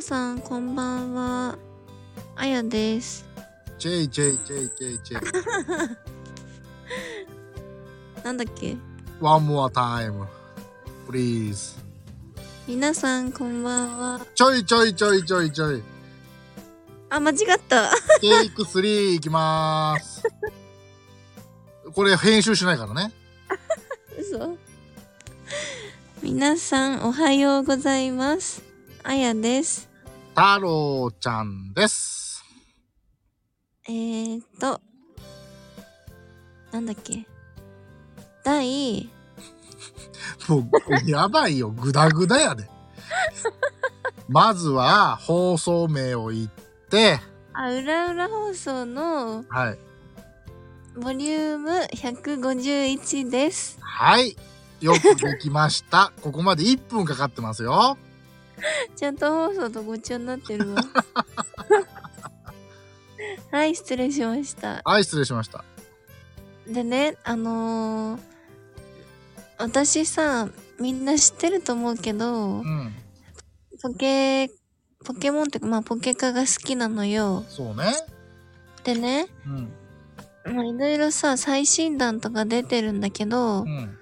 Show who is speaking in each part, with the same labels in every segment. Speaker 1: さん、こんばんは。あやです。
Speaker 2: JJJJJ
Speaker 1: なんだっけ
Speaker 2: One more time Please
Speaker 1: 皆さん、こんばんは。
Speaker 2: ちょいちょいちょいちょいちょい
Speaker 1: あ、間違った。
Speaker 2: テイク3いきまーすこれ編集しないからね
Speaker 1: 嘘。皆さん、おはようございます。あやです。
Speaker 2: 太郎ちゃんです
Speaker 1: えーっと、なんだっけ第、
Speaker 2: もうやばいよグダグダやでまずは放送名を言って
Speaker 1: あ、うらうら放送の
Speaker 2: はい
Speaker 1: ボリューム151です。
Speaker 2: はいよくできましたここまで1分かかってますよ
Speaker 1: ちゃんと放送とごっちゃになってるわ。はい、失礼しました。
Speaker 2: はい失礼しました
Speaker 1: でねあのー私さみんな知ってると思うけど
Speaker 2: うん
Speaker 1: ポケポケモンっていうかまあポケカが好きなのよ
Speaker 2: そうね
Speaker 1: でね
Speaker 2: うん
Speaker 1: まあいろいろさ最新弾とか出てるんだけど
Speaker 2: うん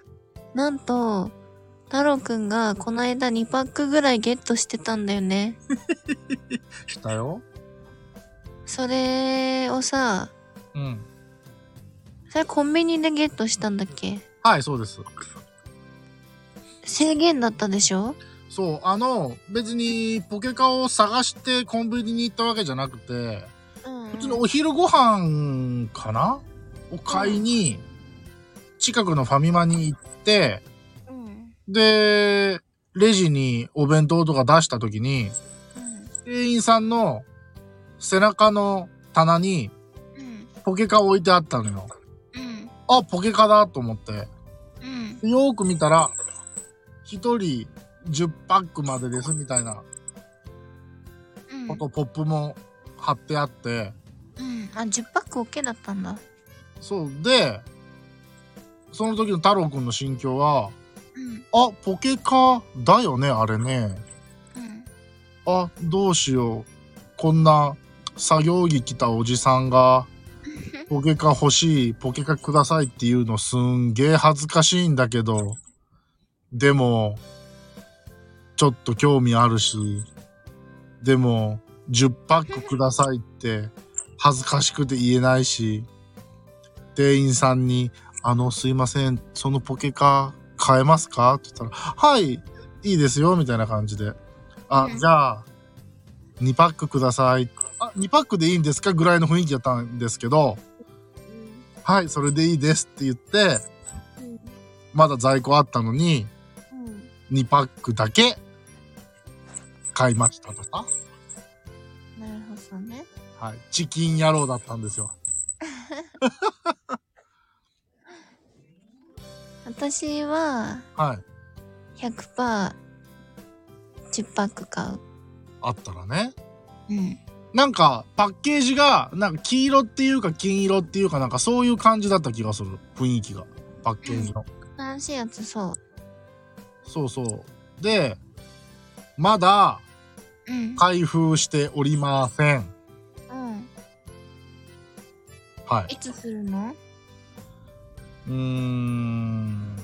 Speaker 1: なんと太郎くんがこの間2パックぐらいゲットしてたんだよね
Speaker 2: したよ
Speaker 1: それをさ
Speaker 2: うん
Speaker 1: それコンビニでゲットしたんだっけ
Speaker 2: はいそうです
Speaker 1: 制限だったでしょ
Speaker 2: そうあの別にポケカを探してコンビニに行ったわけじゃなくて
Speaker 1: うん
Speaker 2: 普通のお昼ご飯かなを買いに近くのファミマに行って
Speaker 1: うん
Speaker 2: でレジにお弁当とか出した時に
Speaker 1: うん
Speaker 2: 店員さんの背中の棚に
Speaker 1: うん
Speaker 2: ポケカ置いてあったのよ
Speaker 1: うん
Speaker 2: あポケカだと思って
Speaker 1: うん
Speaker 2: よーく見たら1人10パックまでですみたいな
Speaker 1: うん
Speaker 2: あとポップも貼ってあって、
Speaker 1: うん、あ10パック OK だったんだ
Speaker 2: そうで、その時の太郎くんの心境は、
Speaker 1: うん
Speaker 2: あ、ポケカだよね、あれね。
Speaker 1: うん
Speaker 2: あ、どうしよう。こんな作業着着たおじさんが、 ポケカ欲しい、ポケカくださいっていうのすんげえ恥ずかしいんだけど、でも、ちょっと興味あるし、でも、10パックくださいって恥ずかしくて言えないし、店員さんに、あの、すいません、そのポケカ買えますかって言ったら、はい、いいですよ、みたいな感じで。あ、
Speaker 1: うん
Speaker 2: じゃあ、2パックください。あ、2パックでいいんですかぐらいの雰囲気だったんですけど、はい、それでいいですって言って、
Speaker 1: うん
Speaker 2: まだ在庫あったのに、
Speaker 1: うん
Speaker 2: 2パックだけ買いましたとか、
Speaker 1: なるほどね
Speaker 2: はい、チキン野郎だったんですよ。
Speaker 1: 私は
Speaker 2: はい、
Speaker 1: 100%10 パック買う
Speaker 2: あったらね。
Speaker 1: うん
Speaker 2: なんかパッケージがなんか黄色っていうか金色っていうかなんかそういう感じだった気がする雰囲気がパッケージの、
Speaker 1: 新しいやつそ
Speaker 2: そうそうでまだ
Speaker 1: ううん
Speaker 2: 開封しておりません
Speaker 1: うん
Speaker 2: はい
Speaker 1: いつするの
Speaker 2: うーん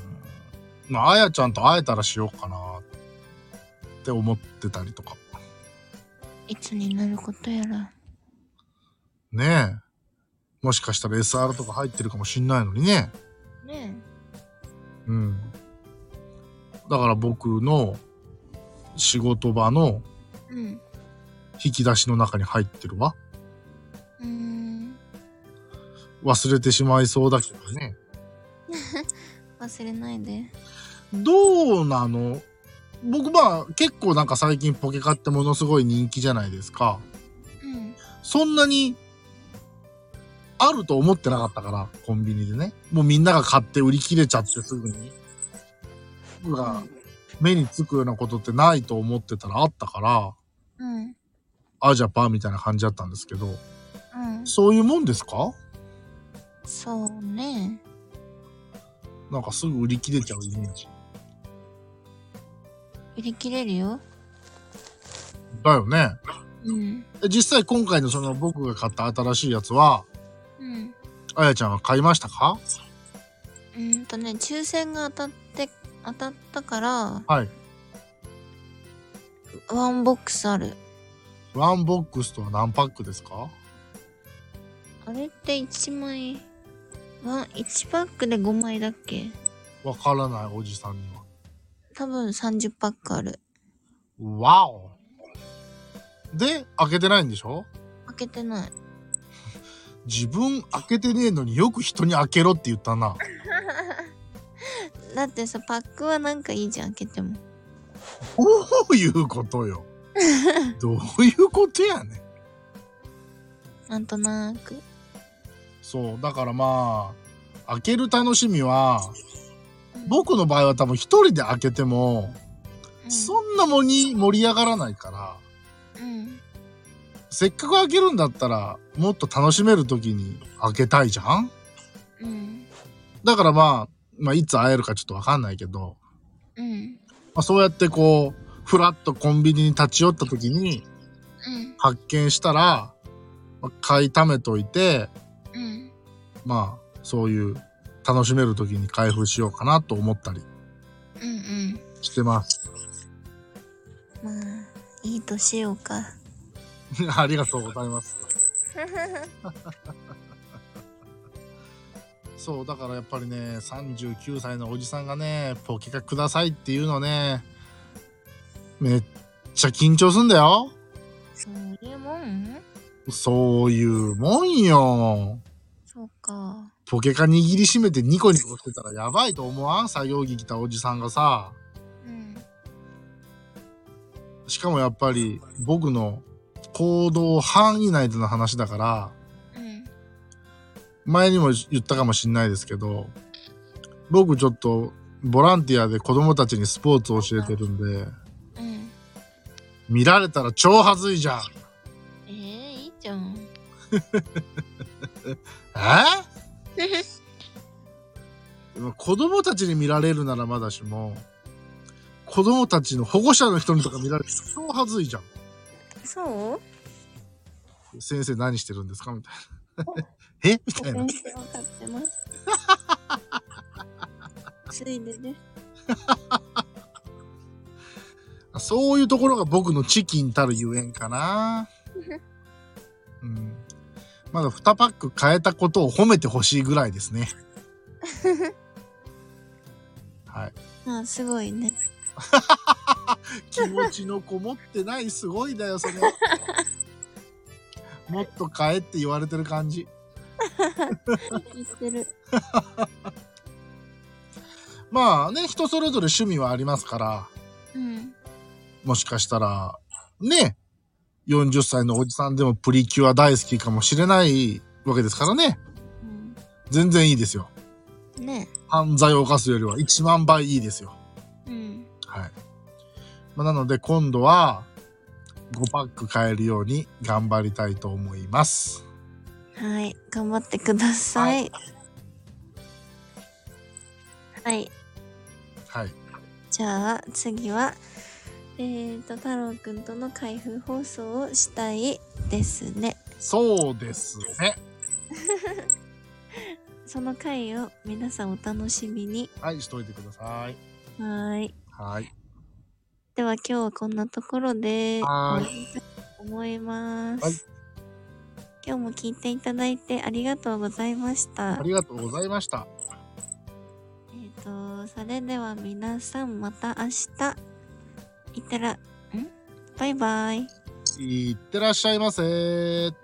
Speaker 2: まああやちゃんと会えたらしようかなって思ってたりとか
Speaker 1: いつになることやら
Speaker 2: ねえもしかしたら SR とか入ってるかもしんないのにね
Speaker 1: ね
Speaker 2: うんだから僕の仕事場の
Speaker 1: えうん
Speaker 2: 引き出しの中に入ってるわ。
Speaker 1: うーん
Speaker 2: 忘れてしまいそうだけどね。
Speaker 1: 忘れないで
Speaker 2: どうなの僕まあ結構なんか最近ポケカってものすごい人気じゃないですか。
Speaker 1: うん
Speaker 2: そんなにあると思ってなかったから、コンビニでね。もうみんなが買って売り切れちゃってすぐに。僕が目につくようなことってないと思ってたらあったから、
Speaker 1: うん
Speaker 2: あジャパンみたいな感じだったんですけど、
Speaker 1: うん
Speaker 2: そういうもんですか
Speaker 1: そうね
Speaker 2: なんかすぐ売り切れちゃうイメージ。
Speaker 1: 売り切れるよ
Speaker 2: だよね。
Speaker 1: うん。
Speaker 2: で実際今回のその僕が買った新しいやつは、
Speaker 1: うん。
Speaker 2: あやちゃんは買いましたか
Speaker 1: うーんとね、抽選が当たって、当たったから、
Speaker 2: はい。
Speaker 1: ワンボックスある。
Speaker 2: ワンボックスとは何パックですか
Speaker 1: あれって1枚、ワン、1パックで5枚だっけ
Speaker 2: わからないおじさんには。
Speaker 1: 多分30パックある。
Speaker 2: わおで、開けてないんでしょ
Speaker 1: 開けてない。
Speaker 2: 自分開けてねえのによく人に開けろって言ったな。
Speaker 1: だってさ、パックはなんかいいじゃん、開けても。
Speaker 2: どういうこと よ。どういうことやねん。
Speaker 1: なんとなく。
Speaker 2: そう、だからまあ、開ける楽しみは、僕の場合は多分一人で開けても、
Speaker 1: うん、
Speaker 2: そんなもに盛り上がらないから、
Speaker 1: うん。
Speaker 2: せっかく開けるんだったら、もっと楽しめる時に開けたいじゃん
Speaker 1: うん。
Speaker 2: だからまあ、まあ、いつ会えるかちょっとわかんないけど、
Speaker 1: うん。
Speaker 2: まあ、そうやってこう、ふらっとコンビニに立ち寄った時に
Speaker 1: うん。
Speaker 2: 発見したら、まあ買いためといて、
Speaker 1: うん。
Speaker 2: まあ、そういう楽しめる時に開封しようかなと思ったり
Speaker 1: うん。うん。
Speaker 2: してます。
Speaker 1: まあ、いいとしようか。
Speaker 2: ありがとうございます。そう、だからやっぱりね、39歳のおじさんがね、ポケカくださいっていうのね、めっちゃ緊張すんだよ。
Speaker 1: そういうもん
Speaker 2: そういうもんよ。
Speaker 1: そうか。
Speaker 2: ポケカ握りしめてニコニコしてたらやばいと思わん作業着着たおじさんがさ。
Speaker 1: うん。
Speaker 2: しかもやっぱり僕の行動範囲内での話だから、
Speaker 1: うん。
Speaker 2: 前にも言ったかもしんないですけど、僕ちょっとボランティアで子供たちにスポーツを教えてるんで、
Speaker 1: うん。
Speaker 2: 見られたら超恥ずいじゃん。
Speaker 1: ええいいじゃん。
Speaker 2: え ー子供たちに見られるならまだしも、子供たちの保護者の人にとか見られたら超恥ずいじゃん。
Speaker 1: そう
Speaker 2: 先生何してるんですかみたいな。 えみたいな。
Speaker 1: 分かってます。ついでね。
Speaker 2: そういうところが僕のチキンたるゆえんかな。うん。まだ2パック変えたことを褒めてほしいぐらいですね。はい。
Speaker 1: ああ、すごいね。
Speaker 2: 気持ちのこもってないすごいだよ、それ。もっと変えって言われてる感じ。
Speaker 1: 言ってる。
Speaker 2: まあね、人それぞれ趣味はありますから、
Speaker 1: うん。
Speaker 2: もしかしたら、ね、40歳のおじさんでもプリキュア大好きかもしれないわけですからね。全然いいですよ。
Speaker 1: うん、ね
Speaker 2: 犯罪を犯すよりは1万倍いいですよ。
Speaker 1: うん。
Speaker 2: はい。まあ、なので今度は5パック買えるように頑張りたいと思います。
Speaker 1: はい。頑張ってください。はい。
Speaker 2: はい。
Speaker 1: じゃあ次は、えーと、太郎くんとの開封放送をしたいですね。
Speaker 2: そうですね。
Speaker 1: その回を皆さんお楽しみに。
Speaker 2: はい、しといてください。
Speaker 1: はーい。
Speaker 2: はい。
Speaker 1: では今日はこんなところで終
Speaker 2: は
Speaker 1: わ
Speaker 2: ーい
Speaker 1: りたいと思います。
Speaker 2: はい
Speaker 1: 今日も聞いていただいてありがとうございまし
Speaker 2: あ
Speaker 1: た。
Speaker 2: りがとうございました。
Speaker 1: えっ、と、それでは皆さんまた明日、いったら、んバイバイ。
Speaker 2: いってらっしゃいませー。